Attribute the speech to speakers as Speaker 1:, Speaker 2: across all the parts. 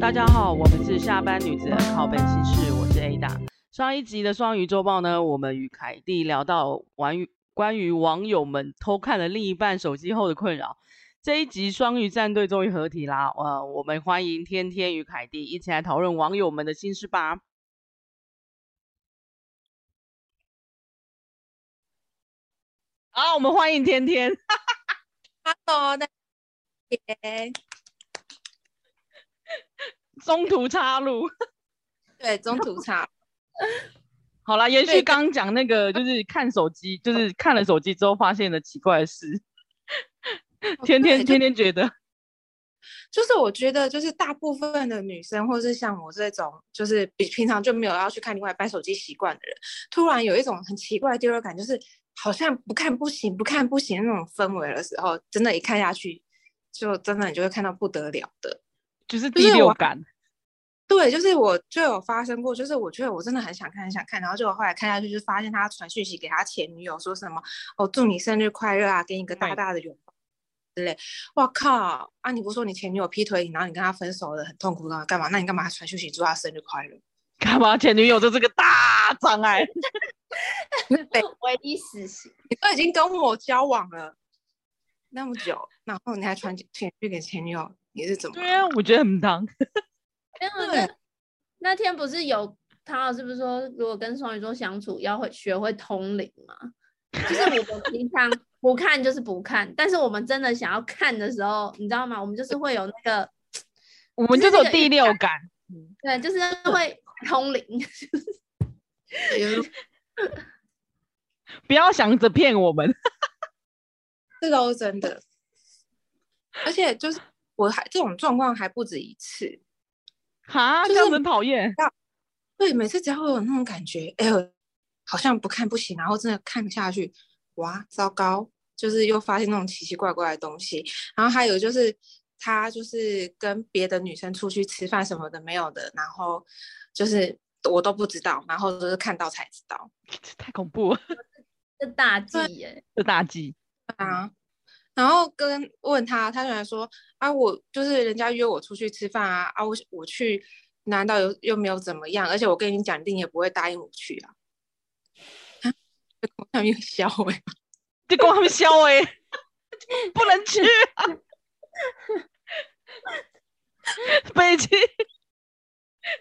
Speaker 1: 大家好，我们是下班女子的靠北心事，我是 Ada。上一集的双鱼周报呢，我们与凯蒂聊到关于关于网友们偷看了另一半手机后的困扰。这一集双鱼战队终于合体啦！呃，我们欢迎天天与凯蒂一起来讨论网友们的心事吧。好，啊我们欢迎天天。
Speaker 2: Hello，大姐，
Speaker 1: 中途插入。
Speaker 2: 对，中途差，
Speaker 1: 好啦，延续
Speaker 2: 对
Speaker 1: 刚讲那个，就是 看手机，就是看了手机之后发现了奇怪的事。 天天
Speaker 2: 哦对
Speaker 1: 天天觉得，
Speaker 2: 就是我觉得，就是大部分的女生，或是像我这种，就是比平常就没有要去看另外一半手机习惯的人，突然有一种很奇怪的第六感，就是好像不看不行，不看不行那种氛围的时候，真的，一看下去，就真的你就会看到不得了的。
Speaker 1: 就是
Speaker 2: 就
Speaker 1: 第
Speaker 2: 是
Speaker 1: 六
Speaker 2: 我
Speaker 1: 感，
Speaker 2: 对，就是我就有发生过，就是我觉得我真的很想看，很想看，然后结果后来看下去，就发现他传讯息给他前女友，说什么“哦，祝你生日快乐啊，给你一个
Speaker 1: 对
Speaker 2: 大大的拥抱”之类。我靠！啊，你不是说你前女友劈腿你，然后你跟他分手了，很痛苦，然后干嘛？那你干嘛还传讯息祝他生日快乐？
Speaker 1: 干嘛前女友就是个大障碍。
Speaker 2: 那得
Speaker 3: 唯一死刑。
Speaker 2: 你都已经跟我交往了那么久，然后你还传简讯给前女友，你是怎么？
Speaker 1: 对啊，我觉得很当。
Speaker 4: 没有
Speaker 2: 对
Speaker 4: 那那天不是有唐老师不是说，如果跟双鱼座相处要会学会通灵吗？就是我们平常 不看就是不看，但是我们真的想要看的时候，你知道吗？我们就是会有那个，
Speaker 1: 我们
Speaker 4: 就
Speaker 1: 就是是有
Speaker 4: 那个
Speaker 1: 第
Speaker 4: 预
Speaker 1: 六感，
Speaker 4: 对，就是会通灵。
Speaker 2: 有
Speaker 1: 不要想着骗我们。
Speaker 2: 这都是真的。而且就是我还这种状况还不止一次，
Speaker 1: 哈，
Speaker 2: 就
Speaker 1: 这样
Speaker 2: 是
Speaker 1: 子很讨厌。
Speaker 2: 对，每次只要有那种感觉，哎呦，好像不看不行，然后真的看下去，哇，糟糕，就是又发现那种奇奇怪怪的东西。然后还有就是他就是跟别的女生出去吃饭什么的没有的，然后就是我都不知道，然后都是看到才知道
Speaker 1: 这太恐怖了，
Speaker 4: 这大忌
Speaker 2: 对
Speaker 4: 耶、
Speaker 1: 这大忌。
Speaker 2: 啊。然后跟问他，他原来说啊，我就是人家约我出去吃饭啊，啊我我去，难道又又没有怎么样？而且我跟你讲，你一定也不会答应我去啊。啊，面笑哎、
Speaker 1: 就跟他们消哎、不能 去、 啊，北 京。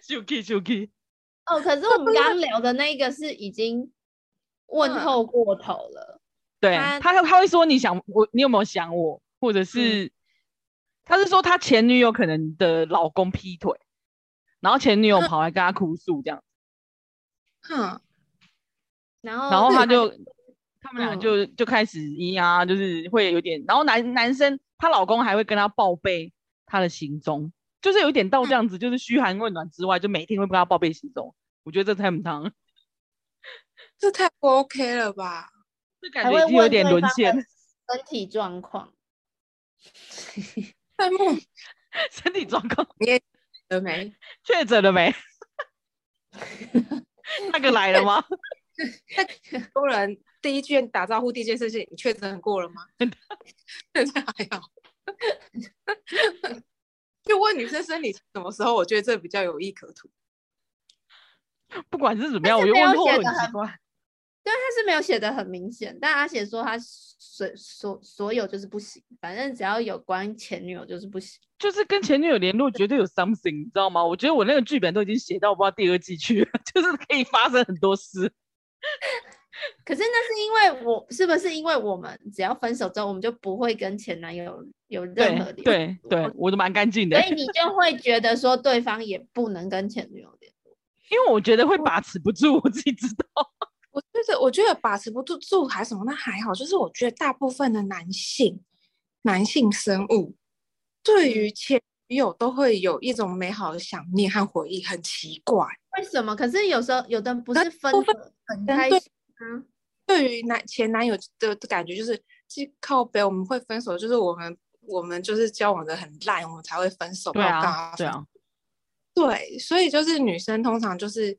Speaker 1: 秀 k 秀 k
Speaker 4: 哦，可是我们刚刚聊的那个是已经问
Speaker 2: 嗯
Speaker 4: 候过头了，
Speaker 1: 对
Speaker 4: 他
Speaker 1: 他他会说你想我，你有没有想我，或者是、
Speaker 4: 嗯
Speaker 1: 他是说他前女友可能的老公劈腿，然后前女友
Speaker 2: 嗯
Speaker 1: 跑来跟他哭诉这样，
Speaker 2: 哼，
Speaker 4: 然后
Speaker 1: 然后他就他们俩
Speaker 4: 嗯
Speaker 1: 就、就开始咿呀，就是会有点，然后男男生她老公还会跟她报备她的行踪，就是有点到
Speaker 4: 嗯
Speaker 1: 这样子，就是嘘寒问暖之外，就每天会跟她报备行踪，我觉得这太很汤，
Speaker 2: 这太不 OK 了吧？
Speaker 1: 这
Speaker 4: 还
Speaker 1: 感
Speaker 4: 会
Speaker 1: 觉已经有
Speaker 4: 问
Speaker 1: 点
Speaker 4: 对
Speaker 1: 沦
Speaker 4: 方的
Speaker 1: 陷，
Speaker 4: 身体状况。
Speaker 2: 太莫名
Speaker 1: 身体状况
Speaker 2: 了没？
Speaker 1: 确诊 了没？那个来了吗？
Speaker 2: 很多人第一句打招呼，第一件事情，你确诊过了吗？ 现在还好。 就问女生生理什么时候，我觉得这比较有意可图。
Speaker 1: 不管是怎么
Speaker 4: 但
Speaker 1: 样，
Speaker 4: 是
Speaker 1: 我就
Speaker 4: 没有
Speaker 1: 问候
Speaker 4: 写
Speaker 1: 很
Speaker 4: 得
Speaker 1: 奇
Speaker 4: 很
Speaker 1: 怪。
Speaker 4: 对，他是没有写的很明显，但他写说他所所所有就是不行，反正只要有关前女友就是不行。
Speaker 1: 就是跟前女友联络，绝对有 something，你知道吗？我觉得我 那个剧本都已经写到不知道第二季去了，就是可以发生很多事。
Speaker 4: 可是那是因为我是不是因为我们只要分手之后，我们就不会跟前男友有任何
Speaker 1: 对
Speaker 4: 联
Speaker 1: 对对，我都蛮干净的
Speaker 4: 所，以你就会觉得说对方也不能跟前女友联络。
Speaker 1: 因为我觉得会把持不住，我自己知道。
Speaker 2: 我觉得，我觉得把持不住住还什么，那还好。就是我觉得大部分的男性，男性生
Speaker 1: 嗯
Speaker 2: 物对于前女友都会有一种美好的想念和回忆，很奇怪。
Speaker 4: 为什么？可是有时候有的不
Speaker 2: 可
Speaker 4: 是
Speaker 2: 是
Speaker 4: 分
Speaker 2: 部分
Speaker 4: 得很
Speaker 2: 人
Speaker 4: 开
Speaker 2: 对
Speaker 4: 心啊，
Speaker 2: 对于男前男友的的感觉就是，其实靠北我们会分手，就是我们我们就是交往的很烂，我们才会分手。不
Speaker 1: 对
Speaker 2: 然我干嘛
Speaker 1: 啊，对
Speaker 2: 分
Speaker 1: 啊，
Speaker 2: 对，所以就是女生通常就是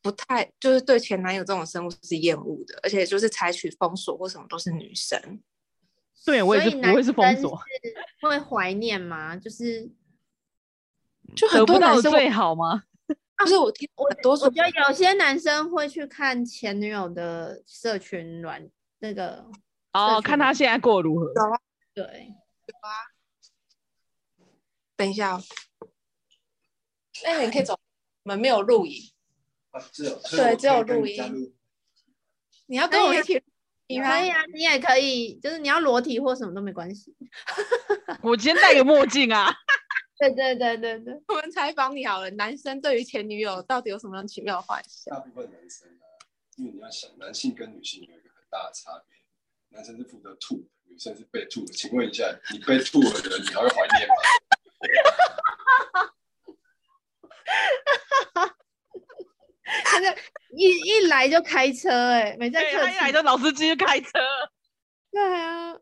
Speaker 2: 不太，就是对前男友这种生物是厌恶的，而且就是采取封锁或什么都是女生。
Speaker 1: 对我也
Speaker 4: 所
Speaker 1: 是，
Speaker 4: 以
Speaker 1: 我
Speaker 4: 男
Speaker 1: 也是封
Speaker 4: 生
Speaker 1: 锁，
Speaker 4: 是会怀念吗？就是
Speaker 2: 就很
Speaker 1: 得
Speaker 2: 多
Speaker 1: 不
Speaker 2: 男
Speaker 1: 到
Speaker 2: 生
Speaker 1: 最好吗？
Speaker 2: 不是我听
Speaker 4: 我
Speaker 2: 很多
Speaker 4: 我
Speaker 2: 说
Speaker 4: 觉得有些男生会去看前女友的社群软那个，
Speaker 1: 哦，
Speaker 4: 社
Speaker 1: 看
Speaker 4: 群
Speaker 1: 他现在过得如何。
Speaker 4: 对，
Speaker 2: 等一下、哦，哎，你可以走，我们没有录影，
Speaker 5: 啊，只有
Speaker 2: 对只有录
Speaker 5: 音
Speaker 2: 音。你要跟
Speaker 4: 哎
Speaker 2: 我一
Speaker 4: 呀
Speaker 2: 起，
Speaker 4: 你
Speaker 1: 哎
Speaker 4: 可以啊，你也可以，就是你要裸体或什么都没关系。
Speaker 1: 我今天戴个墨 镜啊，
Speaker 4: 对对对对对，
Speaker 2: 我们采访你好了。男生对于前女友到底有什么样奇妙的幻想？
Speaker 5: 大部分男生啊，因为你要想，男性跟女性有一个很大的差别，男生是负责吐的，女生是被吐的。请问一下，你被吐了的人，你还会怀念吗？
Speaker 4: 他就一一来就开车、哎，没在
Speaker 1: 对，
Speaker 4: 客
Speaker 1: 他一来
Speaker 4: 气。
Speaker 1: 就老司机就开车，
Speaker 4: 对啊，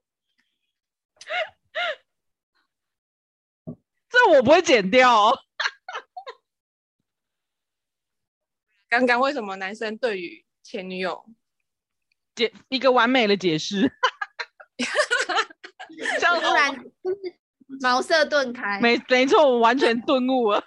Speaker 1: 这我不会剪掉、哦。
Speaker 2: 刚刚为什么男生对于前女友
Speaker 1: 解一个完美的解 释，
Speaker 5: 一个人
Speaker 1: 这样
Speaker 4: 突然就是茅塞顿开。
Speaker 1: 没没错，我完全顿悟了。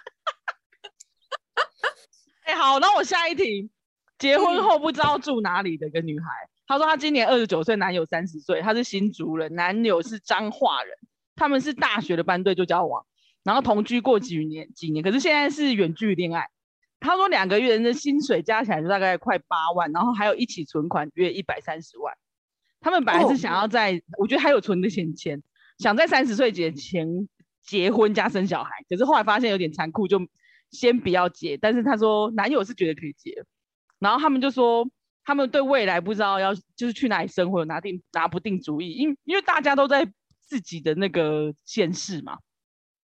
Speaker 1: 哎、好，那我下一题，结婚后不知道住哪里的一个女孩，她说她今年二十九岁，男友三十岁，她是新竹人，男友是彰化人，他们是大学的班队就交往，然后同居过几年几年，可是现在是远距恋爱。她说两个月人的薪水加起来就大概快八万，然后还有一起存款约一百三十万。他们本来
Speaker 2: 哦
Speaker 1: 是想要在，我觉得还有存的钱钱，想在三十岁节前结婚加生小孩，可是后来发现有点残酷，就先不要结。但是她说男友是觉得可以结，然后他们就说他们对未来不知道要就是去哪里生活，拿定拿不定主意，因因为大家都在自己的那个县市嘛。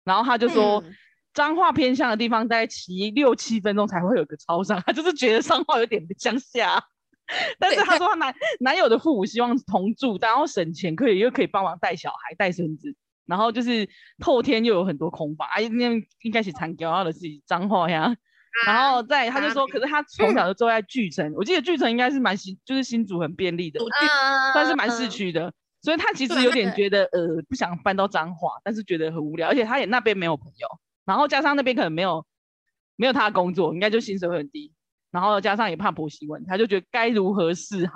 Speaker 1: 然后他就说，
Speaker 4: 嗯
Speaker 1: 彰化偏乡的地方，大概骑六七分钟才会有个超商，他就是觉得彰化有点乡下。但是
Speaker 2: 对
Speaker 1: 他
Speaker 2: 对
Speaker 1: 说他男男友的父母希望同住，然后省钱，可以又可以帮忙带小孩、带孙子，然后就是后天又有很多空房，哎，那应该是长高傲的是彰化呀。
Speaker 2: 啊
Speaker 1: 然后再他就
Speaker 4: 哪
Speaker 1: 说，可是他从小就住在巨城，我记得巨城应该是蛮新，就是新竹很便利的，
Speaker 4: 啊
Speaker 1: 算是蛮市。区的，所以他其实
Speaker 2: 嗯对
Speaker 1: 有
Speaker 2: 那
Speaker 1: 点
Speaker 4: 个
Speaker 1: 觉得呃不想搬到彰化，但是觉得很无聊，而且他也那边没有朋友，然后加上那边可能没有没有他的工作，应该就薪水会很低，然后加上也怕婆媳问题，他就觉得该如何是好。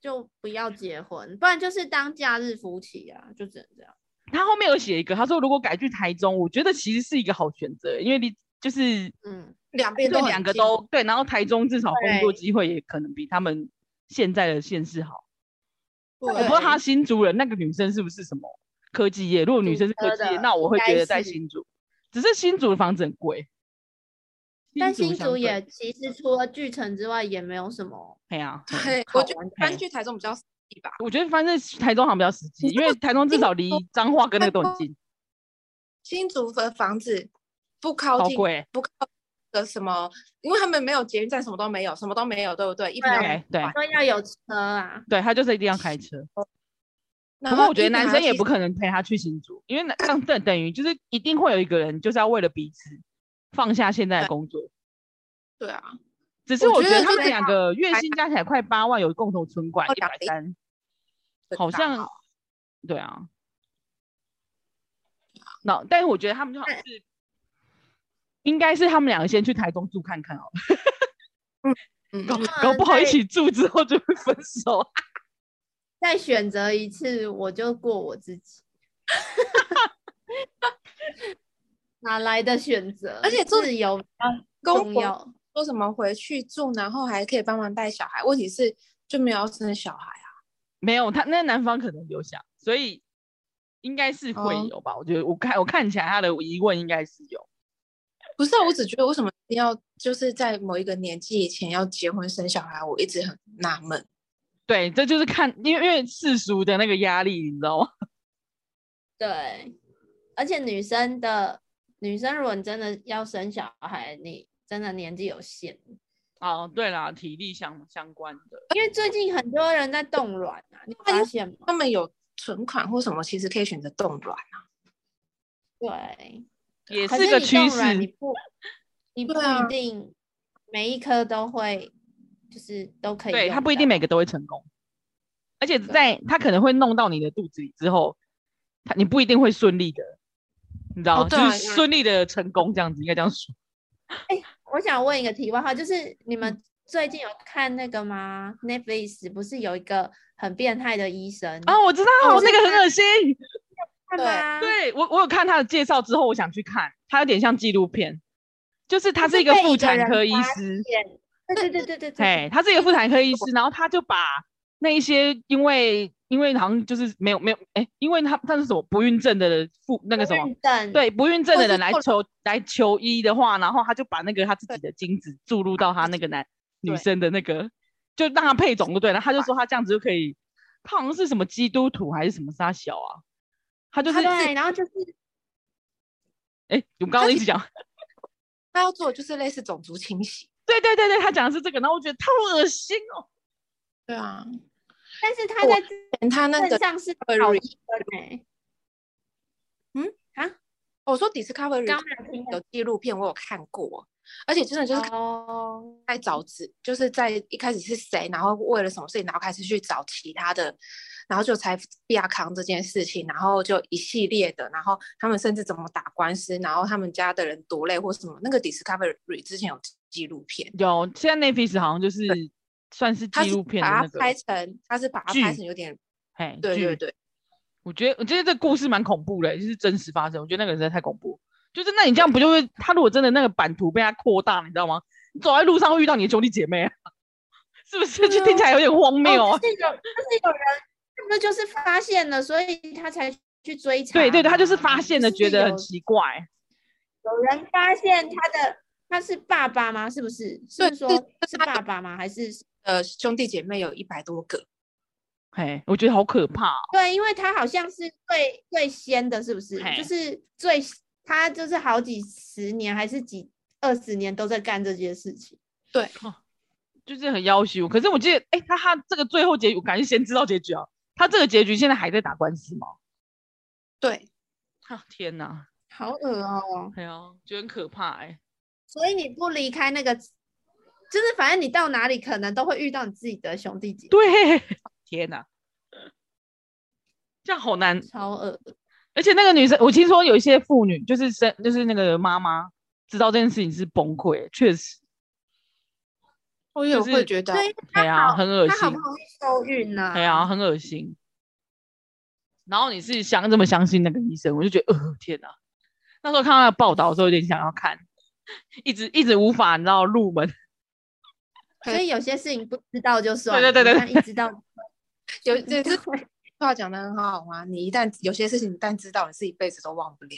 Speaker 4: 就不要结婚，不然就是当假日夫妻啊，就只能这样。
Speaker 1: 他后面有写一个，他说如果改去台中，我觉得其实是一个好选择，因为你就是
Speaker 4: 嗯，
Speaker 2: 两边
Speaker 1: 对
Speaker 2: 都很
Speaker 1: 两个
Speaker 2: 近
Speaker 1: 都对，然后台中至少工作
Speaker 4: 对
Speaker 1: 机会也可能比他们现在的县市好。
Speaker 2: 对
Speaker 1: 我不知道她新竹人那个女生是不是什么科技业，如果女
Speaker 4: 竹
Speaker 1: 生是科
Speaker 4: 科
Speaker 1: 技业，
Speaker 4: 的
Speaker 1: 那我会
Speaker 4: 应
Speaker 1: 觉
Speaker 4: 该
Speaker 1: 得在
Speaker 4: 是
Speaker 1: 新竹，只是新竹的房子很贵。
Speaker 4: 但新
Speaker 1: 相
Speaker 4: 竹
Speaker 1: 对
Speaker 4: 也其实除了巨城之外，也没有什么。
Speaker 1: 哎呀，嗯
Speaker 2: 对，
Speaker 1: 好
Speaker 2: 我觉得
Speaker 1: 玩
Speaker 2: 搬
Speaker 1: 嘿
Speaker 2: 去台中比较实际吧。
Speaker 1: 我觉得反正台中好像比较实际，因为台中至少离彰化跟那个都很近，
Speaker 2: 新竹的房子不靠
Speaker 1: 好
Speaker 2: 近，
Speaker 1: 贵。
Speaker 2: 不靠的什么，因为他们没有捷运站，什么都没有，什么都没有，对不对？一瓶
Speaker 4: 对
Speaker 2: 都
Speaker 1: 对对
Speaker 4: 都要有车啊，
Speaker 1: 对，他就是一定要开车。
Speaker 2: 然
Speaker 1: 不过
Speaker 2: 后
Speaker 1: 我觉得
Speaker 2: 一瓶
Speaker 1: 男
Speaker 2: 还
Speaker 1: 生
Speaker 2: 要
Speaker 1: 也
Speaker 2: 七
Speaker 1: 不可能陪她去新竹，因为那这样等等于就是一定会有一个人就是要为了彼此放下现在的工作。
Speaker 2: 对啊，
Speaker 1: 只是
Speaker 2: 我
Speaker 1: 我觉
Speaker 2: 觉
Speaker 1: 得
Speaker 2: 得
Speaker 1: 他
Speaker 2: 就
Speaker 1: 们
Speaker 2: 是
Speaker 1: 两个月
Speaker 2: 还
Speaker 1: 薪加起来快八万，有共同存款
Speaker 2: 哦
Speaker 1: 一百三，好
Speaker 2: 对
Speaker 1: 像对啊。那但是我觉得他们就好像是，应该是他们两个先去台中住看看哦，
Speaker 2: 嗯，
Speaker 1: 搞
Speaker 2: 嗯
Speaker 1: 搞不好一
Speaker 4: 在
Speaker 1: 起住之后就会分手。
Speaker 4: 再选择一次我就过我自己。 哪来的选择？
Speaker 2: 而且这
Speaker 4: 自由比较
Speaker 2: 公
Speaker 4: 重
Speaker 2: 婆
Speaker 4: 要。
Speaker 2: 说什么回去住，然后还可以帮忙带小孩，问题是就没有要生小孩啊。
Speaker 1: 没有，他那男方可能留下，所以应该是会
Speaker 2: 哦
Speaker 1: 有吧。我觉得我看我看起来他的疑问应该是有，
Speaker 2: 不是啊，我只觉得为什么一定要就是在某一个年纪以前要结婚生小孩，我一直很纳闷。
Speaker 1: 对，这就是看，因为因为世俗的那个压力，你知道吗？
Speaker 4: 对，而且女生的女生，如果你真的要生小孩，你真的年纪有限，
Speaker 1: 哦，对啦，体力相相关的，
Speaker 4: 因为最近很多人在冻卵啊，你有
Speaker 2: 哎
Speaker 4: 发
Speaker 2: 呦
Speaker 4: 现吗？
Speaker 2: 他们有存款或什么，其实可以选择冻卵啊。
Speaker 4: 对，啊
Speaker 1: 也
Speaker 4: 可
Speaker 1: 是个
Speaker 4: 你
Speaker 1: 趋
Speaker 4: 冻卵你
Speaker 1: 势。
Speaker 4: 不，你不
Speaker 2: 对啊
Speaker 4: 一定每一颗都会，就是都可以用啊
Speaker 1: 对
Speaker 4: 到。
Speaker 1: 他不一定每个都会成功，而且
Speaker 4: 啊
Speaker 1: 在他可能会弄到你的肚子里之后，他你不一定会顺利的，你知道吗？
Speaker 2: 哦
Speaker 1: 就
Speaker 2: 对啊
Speaker 1: 是
Speaker 2: 因为
Speaker 1: 顺利的成功这样子，应该这样说。
Speaker 4: 我想问一个题外话，就是你
Speaker 1: 嗯
Speaker 4: 们最近有看那个吗？Netflix 不是有一个很变态的医生
Speaker 1: 啊，我知道，
Speaker 2: 哦我
Speaker 1: 那
Speaker 2: 知
Speaker 1: 个很恶心。
Speaker 4: 看
Speaker 2: 对
Speaker 4: 吗？，
Speaker 1: 对我，我有看他的介绍之后，我想去看，他有点像纪录片，就是他
Speaker 4: 就是
Speaker 1: 一个
Speaker 4: 被
Speaker 1: 妇
Speaker 4: 一个
Speaker 1: 产
Speaker 4: 人
Speaker 1: 科医
Speaker 4: 发
Speaker 1: 师，
Speaker 4: 对对对对对
Speaker 1: 哎
Speaker 4: 对，，
Speaker 1: 他是一个妇产科医 师，然后他就把那一些因为因为好像就是没有没有哎，因为他他是什么不孕症的妇那个什么。
Speaker 4: 认证，
Speaker 1: 对不孕症
Speaker 2: 或
Speaker 1: 的
Speaker 2: 是
Speaker 1: 人来
Speaker 2: 后来
Speaker 1: 求来求医的话，然后他就把那个他自己的精子注入到他那个男女
Speaker 2: 对
Speaker 1: 生的那个，就让他配种就对了。他就说他这样子就可以，他好像是什么基督徒还是什么沙小啊，他就是
Speaker 4: 对，然后就是
Speaker 1: 哎，我们刚
Speaker 2: 他
Speaker 1: 刚一
Speaker 2: 其
Speaker 1: 起讲，
Speaker 2: 他要做的就是类似种族清洗。
Speaker 1: 对对对对，他讲的是这个，然后我觉得他好恶心哦。
Speaker 2: 对啊，
Speaker 4: 但是他
Speaker 2: 我
Speaker 4: 在
Speaker 2: 连他那个
Speaker 4: 镇上是好
Speaker 2: Discovery
Speaker 4: 医生哎，
Speaker 2: 我说 Discovery
Speaker 4: 刚没有听
Speaker 2: 有纪录片，我有看过，而且真的就是
Speaker 4: 懂哦，
Speaker 2: 在找资，就是在一开始是谁，然后为了什么事情，然后开始去找其他的，然后就才毕亚康这件事情，然后就一系列的，然后他们甚至怎么打官司，然后他们家的人多累或什么，那个 Discovery 之前有纪录片，
Speaker 1: 有，现在 Netflix 好像就是算是
Speaker 2: 他
Speaker 1: 纪
Speaker 2: 是
Speaker 1: 录片的
Speaker 2: 把
Speaker 1: 那
Speaker 2: 它拍
Speaker 1: 个，
Speaker 2: 成，他是把它
Speaker 1: 剧
Speaker 2: 拍成有点，
Speaker 1: 哎，
Speaker 2: 对对
Speaker 1: 剧
Speaker 2: 对，
Speaker 1: 我觉得，我觉得这故事蛮恐怖的，就是真实发生。我觉得那个人实在太恐怖，就是那你这样不就会，他如果真的那个版图被他扩大，你知道吗？你走在路上会遇到你的兄弟姐妹、啊，是不
Speaker 2: 啊
Speaker 1: 是？
Speaker 4: 对
Speaker 1: 就听起来有点荒谬啊。
Speaker 4: 哦就是有，就是有人，他们就是发现了，所以他才去追查嘛。
Speaker 1: 对对对，他就是
Speaker 2: 啊
Speaker 1: 发现了，
Speaker 4: 就
Speaker 1: 觉
Speaker 4: 是
Speaker 1: 得很
Speaker 4: 有
Speaker 1: 奇怪。
Speaker 4: 有人发现他的他是爸爸吗？是不是？
Speaker 2: 对
Speaker 4: 是
Speaker 2: 对
Speaker 4: 说
Speaker 2: 就是他
Speaker 4: 爸爸吗？还是
Speaker 2: 呃，兄弟姐妹有一百多个，
Speaker 1: 嘿，我觉得好可怕、哦。
Speaker 4: 对？因为他好像是最最先的，是不是
Speaker 1: 嘿？
Speaker 4: 就是最他就是好几十年还是几二十年都在干这件事情。
Speaker 1: 就是很要求。可是我记得，哎、他他这个最后结局，我感觉先知道结局啊。他这个结局现在还在打官 司吗？
Speaker 2: 对，
Speaker 1: 啊天哪，
Speaker 4: 好恶哦！
Speaker 1: 哎呀，觉得很可怕哎、
Speaker 4: 所以你不离开那个，就是反正你到哪里，可能都会遇到你自己的兄弟姐妹，
Speaker 1: 对，天哪，这样好难。
Speaker 4: 超恶。
Speaker 1: 而且那个女生，我听说有一些妇女，就是生，就是那个妈妈知道这件事情是崩溃，确实，
Speaker 2: 我也
Speaker 1: 就是
Speaker 2: 会觉得，
Speaker 4: 对，
Speaker 1: 哎
Speaker 4: 他
Speaker 1: 呀，
Speaker 4: 好，
Speaker 1: 很恶
Speaker 4: 他好
Speaker 1: 心
Speaker 4: 不，容易受孕啊呢、
Speaker 1: 哎呀，，很恶心。然后你是相这么相信那个医生，我就觉得，呃，天哪！那时候看到那个报道的时候，有点想要看，一直一直无法，你知道入门。
Speaker 4: 所以有些事情不知道就算
Speaker 1: 对
Speaker 4: 了，
Speaker 1: 对对对
Speaker 4: 你看一知道
Speaker 2: 有有这话讲的很好啊，你一旦有些事情，一旦知道，你是一辈子都忘不了。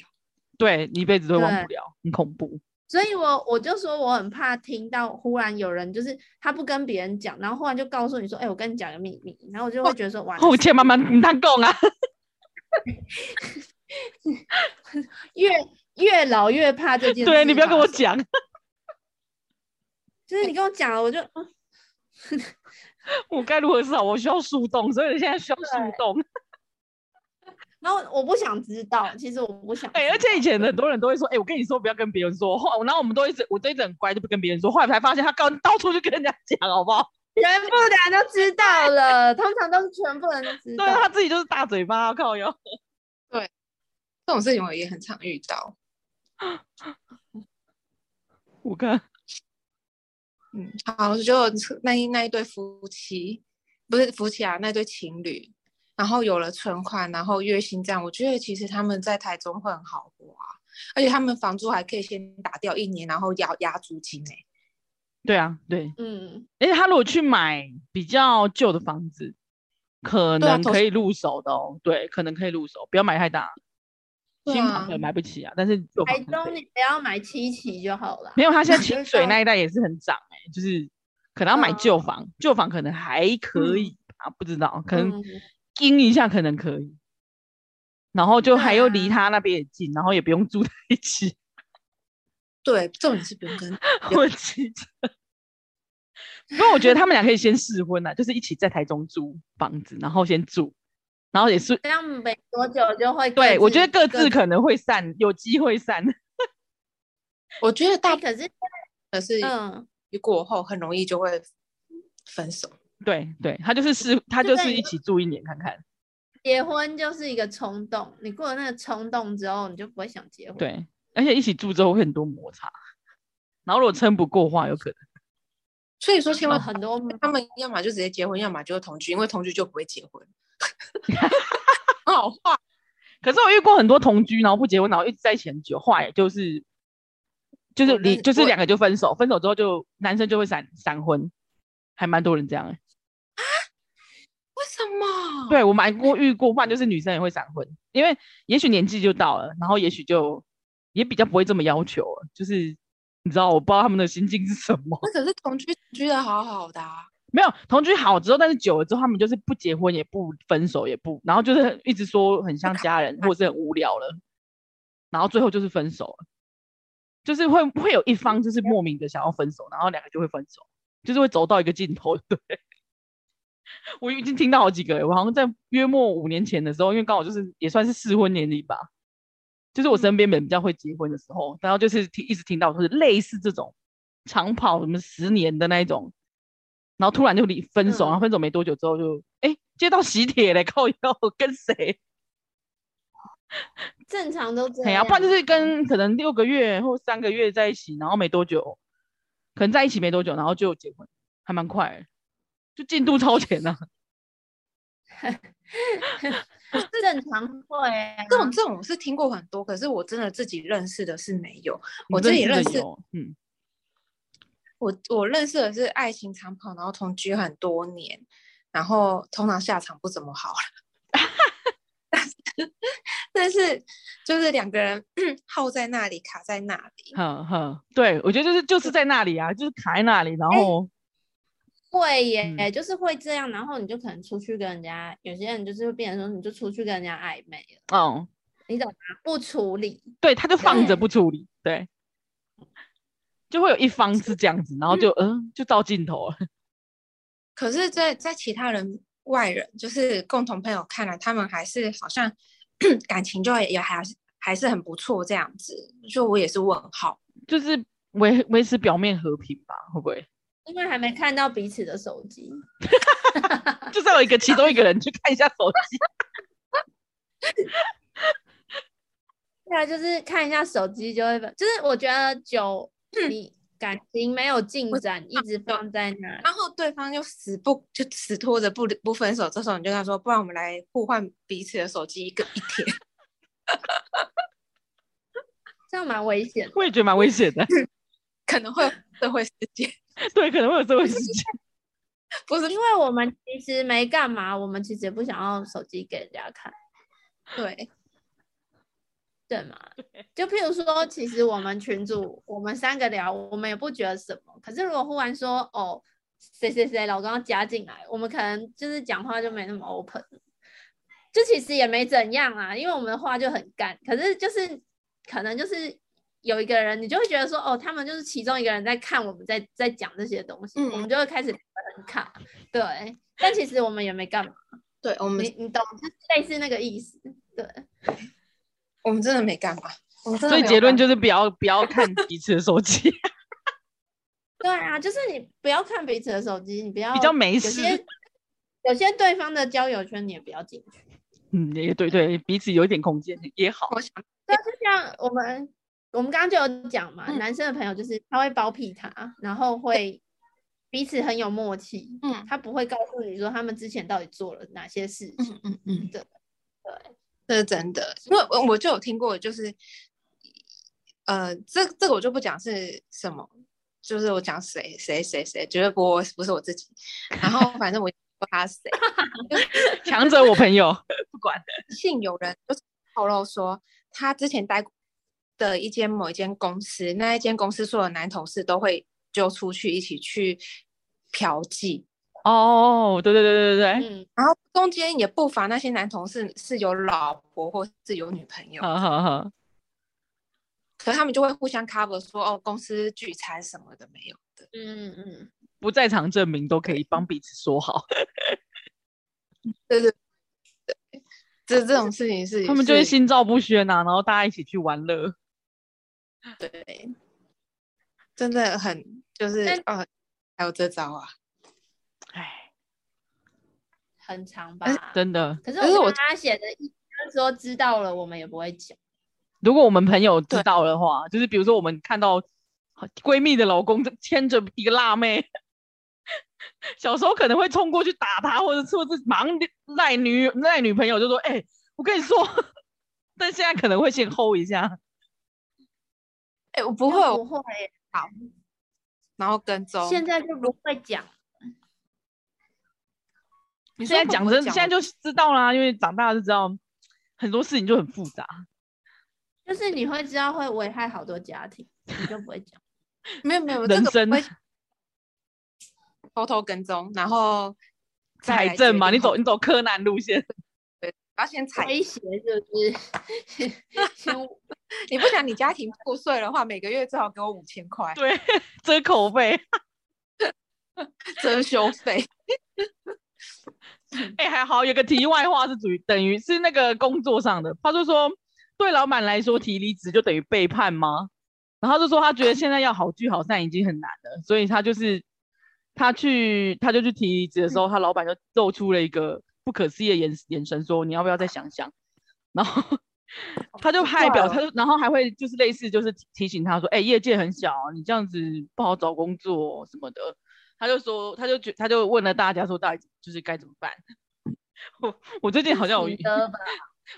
Speaker 1: 对你一辈子都忘不
Speaker 4: 对
Speaker 1: 了，很恐怖。
Speaker 4: 所以我我就说我很怕听到忽然有人就是他不跟别人讲，然后忽然就告诉你说，哎、我跟你讲个秘密，然后我就会
Speaker 1: 哦
Speaker 4: 觉得说，哇，
Speaker 1: 后天慢慢你当讲啊，
Speaker 4: 越越老越怕这件事。
Speaker 1: 对你不要跟我，讲，
Speaker 4: 就是你跟我讲了，我就嗯
Speaker 1: 我该如何是好？我需要树洞，所以现在需要树
Speaker 4: 对
Speaker 1: 洞。
Speaker 4: 然后我不想知道，其实我不想知道。
Speaker 1: 哎、而且以前很多人都会说，哎、我跟你说不要跟别人说，后来然后我们都一直，我都一直很乖，就不跟别人说，后来才发现他刚到处去跟人家讲，好不好？
Speaker 4: 全部的人都知道了，通常都是全部人都知
Speaker 1: 对啊
Speaker 4: 道。
Speaker 1: 他自己就是大嘴巴，靠哟。
Speaker 2: 这种事情我也很常遇到。
Speaker 1: 我看
Speaker 2: 嗯，好，就那一那一对夫妻，不是夫妻啊，那对情侣，然后有了存款，然后月薪这样，我觉得其实他们在台中会很好过啊，而且他们房租还可以先打掉一年，然后压压租金呢、
Speaker 1: 对啊，对，
Speaker 4: 嗯，
Speaker 1: 而且他如果去买比较旧的房子，可
Speaker 2: 对啊
Speaker 1: 能
Speaker 2: 投
Speaker 1: 可以入手的哦。对，可能可以入手，不要买太大。
Speaker 2: 对
Speaker 1: 新房
Speaker 2: 啊
Speaker 1: 可能买不起啊，但是旧
Speaker 4: 台
Speaker 1: 房子可
Speaker 4: 中
Speaker 1: 以
Speaker 4: 你不要买七期就好了。
Speaker 1: 没有，他现在
Speaker 2: 真
Speaker 1: 清
Speaker 2: 的
Speaker 1: 水那一带也是很涨哎、就是可能要买
Speaker 4: 嗯
Speaker 1: 旧房，旧房可能还可以吧，不知道，可能
Speaker 4: 嗯
Speaker 1: 盯一下可能可以。然后就还又离
Speaker 4: 对啊
Speaker 1: 他那边也近，然后也不用住在一 起，
Speaker 2: 对，重点是不用跟
Speaker 1: 我记得。因为我觉得他们俩可以先试婚呐、就是一起在台中租房子，然后先住，然后也是
Speaker 4: 这样没多久就会各
Speaker 1: 对我觉得各
Speaker 4: 各
Speaker 1: 自可能会散，有机会散。
Speaker 2: 我觉得大
Speaker 4: 哎
Speaker 2: 部
Speaker 4: 可是
Speaker 2: 分是
Speaker 4: 嗯，
Speaker 2: 过后很容易就会分手。
Speaker 1: 对对，他就是试，他
Speaker 4: 就
Speaker 1: 就
Speaker 4: 在
Speaker 1: 是
Speaker 4: 你
Speaker 1: 一起住一年看看。
Speaker 4: 结婚就是一个冲动，你过了那个冲动之后，你就不会想结婚。，
Speaker 1: 对，而且一起住之后会很多摩擦，然后如果撑不过的话，有可能。
Speaker 2: 所以说，千
Speaker 4: 有
Speaker 2: 万
Speaker 4: 很多
Speaker 2: 他们要么就直接结婚，要么就同居，因为同居就不会结婚。 很好话，
Speaker 1: 可是我遇过很多同居，然后不结婚，然后一直在一起很久，后来就是就是
Speaker 2: 哦那
Speaker 1: 离，
Speaker 2: 是
Speaker 1: 就是
Speaker 2: 我
Speaker 1: 两个就分手，分手之后就男生就会闪闪婚，还蛮多人这样、欸。
Speaker 2: 为什么？
Speaker 1: 对我蛮过遇过，不然就是女生也会闪婚，因为也许年纪就到了，然后也许就也比较不会这么要求了，就是。你知道我不知道他们的心境是什么？
Speaker 2: 那可是同居同居的好好的、啊，
Speaker 1: 没有同居好之后，但是久了之后，他们就是不结婚，也不分手，也不，然后就是很一直说很像家人，或者是很无聊了，然后最后就是分手了，就是会会有一方就是莫名的想要分手，然后两个就会分手，就是会走到一个尽头。对，我已经听到好几个了，我好像在约莫五年前的时候，因为刚好就是也算是适婚年龄吧，就是我身边人比较会结婚的时候，然后就是听一直听到就是类似这种长跑什么十年的那一种，然后突然就离分手，然后分手没多久之后就哎、诶接到喜帖嘞，靠腰跟谁？
Speaker 4: 正常都这
Speaker 1: 哎
Speaker 4: 样。
Speaker 1: 呀、不然就是跟可能六个月或三个月在一起，然后没多久，可能在一起没多久，然后就结婚，还蛮快的，就进度超前啊。
Speaker 4: 正常会啊
Speaker 2: 这种这种我是听过很多，可是我真的自己认识的是没有。 我
Speaker 1: 这
Speaker 2: 自己
Speaker 1: 也
Speaker 2: 认识
Speaker 1: 有，嗯，
Speaker 2: 我我认识的是爱情长跑，然后同居很多年，然后通常下场不怎么好了。 但是，但是就是两个人 耗在那里，卡在那里。
Speaker 1: 哼哼，对，我觉得就是就是在那里啊，就是卡在那里，然后
Speaker 4: 会耶、
Speaker 1: 嗯
Speaker 4: 就是会这样，然后你就可能出去跟人家，有些人就是会变成说，你就出去跟人家暧昧了，
Speaker 2: 哎
Speaker 1: 嗯，
Speaker 4: 你懂吗？不处理，
Speaker 1: 对，他就放着
Speaker 4: 对
Speaker 1: 不处理，对，就会有一方是这样子，然后就嗯，就到尽头了，
Speaker 2: 可是在，在其他人外人，就是共同朋友看来，他们还是好像 感情就也也还是还是很不错这样子。就我也是问号，
Speaker 1: 就是维维持表面和平吧，会不会？
Speaker 4: 因为还没看到彼此的手机。
Speaker 1: 就是要有一个其中一个人去看一下手机，
Speaker 4: 对啊，就是看一下手机就会，就是我觉得久你感情没有进展，一直放在那里，
Speaker 2: 然后对方就死不就死拖着不不分手，这时候你就跟他说，不然我们来互换彼此的手机一个一天。
Speaker 4: 这样蛮危险的。
Speaker 1: 我也觉得蛮危险的，
Speaker 2: 可能会有社会事件，
Speaker 1: 对，可能会有这回事情。
Speaker 2: 不是
Speaker 4: 因为我们其实没干嘛，我们其实也不想要手机给人家看，
Speaker 2: 对，
Speaker 4: 对吗？就譬如说，其实我们群主我们三个聊，我们也不觉得什么。可是如果忽然说哦，谁谁谁老公要加进来，我们可能就是讲话就没那么 open，就其实也没怎样啊，因为我们的话就很干。可是就是可能就是有一个人，你就会觉得说哦，他们就是其中一个人在看我们在在讲这些东西，
Speaker 2: 嗯
Speaker 4: 我们就会开始聊得很卡。对，但其实我们也没干嘛，
Speaker 2: 对我们
Speaker 4: 你你懂，就是类似那个意思。对，
Speaker 2: 我们真的没干嘛，我们真
Speaker 1: 所
Speaker 2: 的
Speaker 1: 以
Speaker 2: 没有
Speaker 1: 结论
Speaker 2: 干嘛
Speaker 1: 就是不要不要看彼此的手 机，
Speaker 4: 对啊，就是你不要看彼此的手机，你不要
Speaker 1: 比较没
Speaker 4: 有
Speaker 1: 事
Speaker 4: 些有些对方的交友圈你也不要进去。
Speaker 1: 嗯，也对对，彼此有一点空间也好。
Speaker 2: 我想
Speaker 4: 对啊，就像我们我们刚刚就有讲嘛，
Speaker 2: 嗯
Speaker 4: 男生的朋友就是他会包庇他，然后会彼此很有默契，
Speaker 2: 嗯
Speaker 4: 他不会告诉你说他们之前到底做了哪些事情。
Speaker 2: 嗯嗯嗯，
Speaker 4: 对对，
Speaker 2: 这是真的，因为我我就有听过，就是呃，这这个我就不讲是什么就是我讲谁谁谁谁，绝对不我不是我自己。然后反正我也不知道他是谁，
Speaker 1: 强者我 朋友，不管。
Speaker 2: 信有人就是透露说，他之前待过的一间某一间公司，那一间公司所有男同事都会揪出去一起去嫖妓，
Speaker 1: 哦，对对对对对
Speaker 4: 嗯，
Speaker 2: 然后中间也不乏那些男同事是有老婆或是有女朋友
Speaker 1: 对，，好好好，
Speaker 2: 可他们就会互相 cover 说，哦，公司聚餐什么的没有的。
Speaker 4: 嗯嗯
Speaker 1: 不在场证明都可以帮彼此说好，
Speaker 2: 对对对，这这种事情是
Speaker 1: 他们就会
Speaker 2: 是
Speaker 1: 心照不宣呐、啊，然后大家一起去玩乐。
Speaker 2: 对，真的很就是
Speaker 4: 但
Speaker 2: 呃，还有这招啊，
Speaker 1: 哎，
Speaker 4: 很长吧。
Speaker 1: 真的，
Speaker 4: 可是
Speaker 2: 可是
Speaker 4: 我
Speaker 2: 我
Speaker 4: 看他写的一，他说知道了，我们也不会讲。
Speaker 1: 如果我们朋友知
Speaker 2: 对
Speaker 1: 道的话，就是比如说我们看到闺蜜的老公牵着一个辣妹， 小时候可能会冲过去打他，或者说是马上赖女赖女朋友就说：“哎、我跟你说。” 但现在可能会先 hold 一下，
Speaker 2: 哎、我不
Speaker 4: 就
Speaker 2: 会，
Speaker 4: 不会，
Speaker 2: 然后跟踪。
Speaker 4: 现在就不会讲。
Speaker 2: 你
Speaker 1: 现在
Speaker 2: 说会不
Speaker 1: 讲
Speaker 2: 会
Speaker 1: 真，现在就
Speaker 2: 我
Speaker 1: 知道啦，因为长大了就知道很多事情就很复杂。
Speaker 4: 就是你会知道会危害好多家庭，你就不会讲。
Speaker 2: 没有没有
Speaker 1: 人
Speaker 2: 这个
Speaker 1: 生
Speaker 2: 我会偷偷跟踪，然后再
Speaker 1: 海
Speaker 2: 来
Speaker 1: 政
Speaker 2: 决
Speaker 1: 嘛，
Speaker 2: 定
Speaker 1: 你
Speaker 2: 后
Speaker 1: 走你走柯南路线，
Speaker 2: 对，我要先踩。
Speaker 4: 威胁是不是？ 先
Speaker 2: 你不想你家庭破碎的话，每个月最好给我五千块
Speaker 1: 对，遮口费。
Speaker 2: 遮羞费。
Speaker 1: 哎、还好有个题外话是属于等于是那个工作上的，他就说对老板来说提离职就等于背叛吗？然后他就说他觉得现在要好聚好散已经很难了，所以他就是他去他就去提离职的时候，他老板就露出了一个不可思议的眼眼神，说你要不要再想想？然后他就
Speaker 2: 怪
Speaker 1: 还表
Speaker 2: 哦
Speaker 1: 他就然后还会就是类似就是提提醒他说，哎、业界很小啊，你这样子不好找工作哦什么的。他就说，他就觉，他就问了大家说，到底就是该怎么办？ 我我最近好像有
Speaker 4: 你，的吧。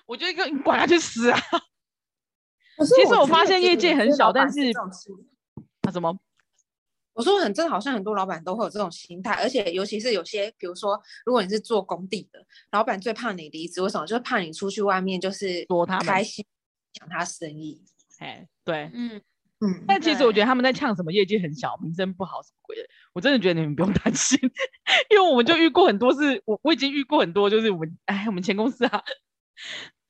Speaker 1: 我觉得跟你管他去死啊！
Speaker 2: 可是
Speaker 1: 其实我
Speaker 2: 真
Speaker 1: 发
Speaker 2: 的
Speaker 1: 现
Speaker 2: 觉
Speaker 1: 业
Speaker 2: 得
Speaker 1: 界
Speaker 2: 有
Speaker 1: 很
Speaker 2: 些
Speaker 1: 小
Speaker 2: 老板
Speaker 1: 但
Speaker 2: 是
Speaker 1: 是
Speaker 2: 这种心理
Speaker 1: 啊什么？
Speaker 2: 我说很正，好像很多老板都会有这种心态，而且尤其是有些，比如说，如果你是做工地的，老板最怕你离职，为什么？就是怕你出去外面就是
Speaker 1: 说他们
Speaker 2: 开心，抢他生意。
Speaker 1: 哎，对。
Speaker 4: 嗯，
Speaker 2: 嗯，
Speaker 1: 但其实我觉
Speaker 4: 对
Speaker 1: 得他们在呛什么业界很小，名声不好什么鬼的，我真的觉得你们不用担心， 因为我们就遇过很多次，我我已经遇过很多，就是我们哎，我们前公司啊，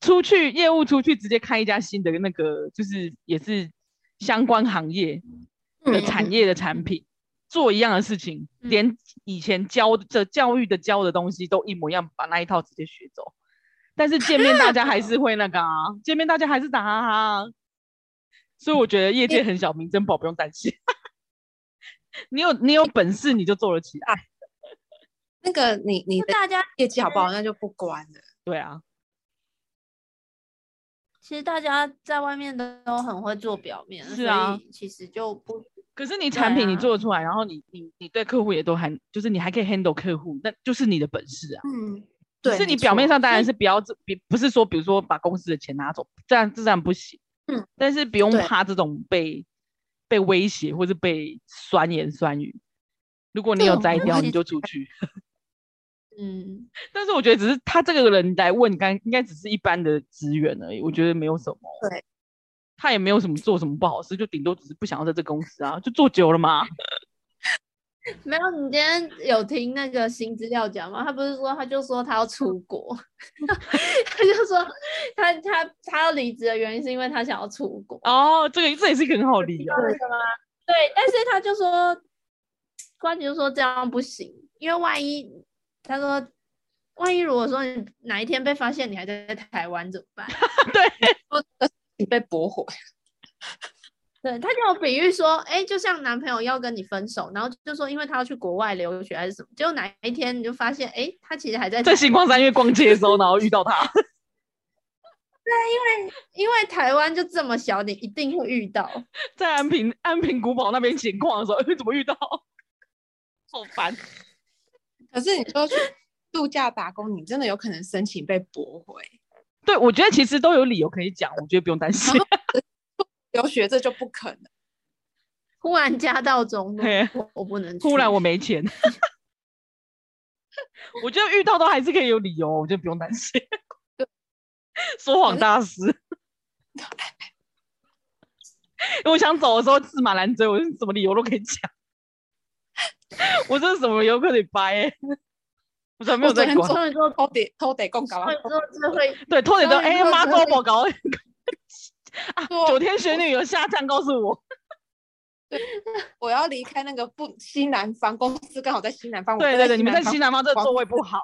Speaker 1: 出去业务出去直接开一家新的那个，就是也是相关行业的
Speaker 2: 嗯
Speaker 1: 产业的产品，做一样的事情，
Speaker 4: 嗯
Speaker 1: 连以前教的教育的教的东西都一模一样，把那一套直接学走。但是见面大家还是会那个啊，见面大家还是打哈哈啊、所以我觉得业界很小，民生宝不用担心。 你有你有本事你就做得起来，哎
Speaker 2: 那个你你
Speaker 4: 就
Speaker 2: 的
Speaker 4: 大家
Speaker 2: 业绩好
Speaker 1: 嗯
Speaker 2: 不好，那就不关了。
Speaker 1: 对啊，
Speaker 4: 其实大家在外面都都很会做表面，
Speaker 1: 是
Speaker 4: 所
Speaker 1: 啊
Speaker 4: 以其实就不
Speaker 1: 可是你产品
Speaker 4: 对啊
Speaker 1: 你做得出来，然后你你你对客户也都还就是你还可以 handle 客户，那就是你的本事啊。
Speaker 2: 嗯，
Speaker 1: 只
Speaker 2: 对，
Speaker 1: 是
Speaker 2: 没
Speaker 1: 你表面
Speaker 2: 错嗯
Speaker 1: 上当然是不要这，比不是说比如说把公司的钱拿走，这样这样不行。
Speaker 2: 嗯，
Speaker 1: 但是不用
Speaker 2: 对
Speaker 1: 怕这种被被威胁或是被酸言酸语。如果你
Speaker 2: 这
Speaker 1: 有
Speaker 2: 种
Speaker 1: 摘
Speaker 2: 东
Speaker 1: 掉，
Speaker 2: 西
Speaker 1: 你就出去。
Speaker 4: 嗯，
Speaker 1: 但是我觉得只是他这个人来问，该应该只是一般的职员而已，我觉得没有什么。
Speaker 2: 对，
Speaker 1: 他也没有什么做什么不好的事，就顶多只是不想要在这公司啊，就做久了嘛。
Speaker 4: 没有。你今天有听那个新资料讲吗？他不是说他就说他要出国， 他就说他他他要离职的原因是因为他想要出国。
Speaker 1: 哦，这个这也是一个很好的理由。
Speaker 4: 对，但是他就说，关就说这样不行，因为万一他说，万一如果说你哪一天被发现你还在台湾怎么办？
Speaker 2: 你被驳回，
Speaker 4: 对，他就有比喻说，哎，就像男朋友要跟你分手，然后就说因为他要去国外留学还是什么，结果哪一天你就发现，哎，他其实还在
Speaker 1: 在
Speaker 4: 台
Speaker 1: 星光三月逛街的时候，然后遇到他。
Speaker 4: 因为台湾就这么小，你一定会遇到。
Speaker 1: 在安平安平古堡那边闲逛的时候， 哎怎么遇到？好烦！
Speaker 2: 可是你说去度假打工，你真的有可能申请被驳回。
Speaker 1: 对，我觉得其实都有理由可以讲，我觉得不用担心。
Speaker 2: 留学这就不可能，
Speaker 4: 忽然家道中落
Speaker 1: 嘿，
Speaker 4: 我我不 能去。
Speaker 1: 突然我没钱，我觉得遇到都还是可以有理由，我就不用担心。说谎大师，我想走的时候，驷马难追，我是什么理由都可以讲。我这是什么理由可以掰、欸？我才没有
Speaker 2: 我昨
Speaker 1: 在
Speaker 2: 天
Speaker 1: 管。
Speaker 2: 终于做偷得偷得共搞
Speaker 4: 会
Speaker 2: 完，
Speaker 4: 之后就会
Speaker 1: 对，偷点都
Speaker 4: 终于
Speaker 1: 哎
Speaker 4: 做
Speaker 1: 妈
Speaker 4: 出
Speaker 1: 高
Speaker 4: 来
Speaker 1: 宝搞啊！
Speaker 2: 做
Speaker 1: 九天玄女有下降告诉我，
Speaker 2: 我要离开那个不西南方公司，刚好在西南方。
Speaker 1: 对对对，你们在西
Speaker 2: 西
Speaker 1: 南方这个
Speaker 2: 我
Speaker 1: 座位不好，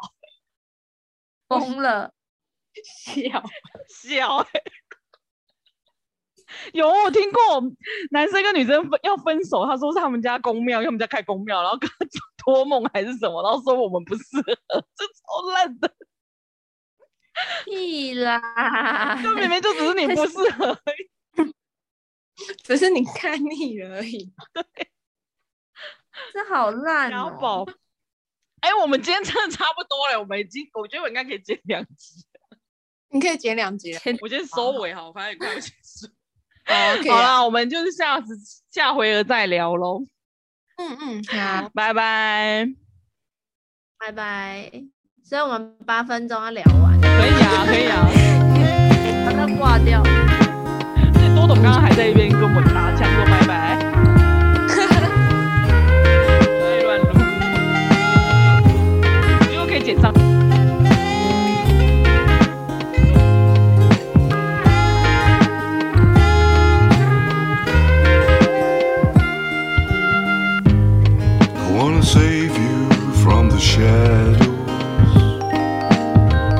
Speaker 4: 疯了。
Speaker 2: 笑，
Speaker 1: 笑、欸。 有我听过男生跟女生分要分手，他说是他们家公庙，因为我们家开公庙，然后跟他托梦还是什么，然后说我们不适合，这超烂的，
Speaker 4: 屁 啦！
Speaker 1: 这明明就只是你不适合而已。
Speaker 2: 只是你看腻了而已。
Speaker 4: 这好烂
Speaker 1: 家
Speaker 4: 哦、
Speaker 1: 宝，哎、我们今天真的差不多了，我们已经，我觉得我应该可以接两集，
Speaker 2: 你可以剪 两集了，
Speaker 1: 我先收尾好，反正也快要结束。
Speaker 2: 好，可以
Speaker 1: 好哦
Speaker 2: 啊。
Speaker 1: 啦，我们就是下次下回合再聊喽，
Speaker 2: 嗯嗯，好，
Speaker 1: 拜拜。
Speaker 4: 拜拜。所以我们八分钟要聊完，
Speaker 1: 可以啊，可以啊。
Speaker 4: 把它挂掉。
Speaker 1: 这多董刚刚还在一边跟我打枪说拜拜。哎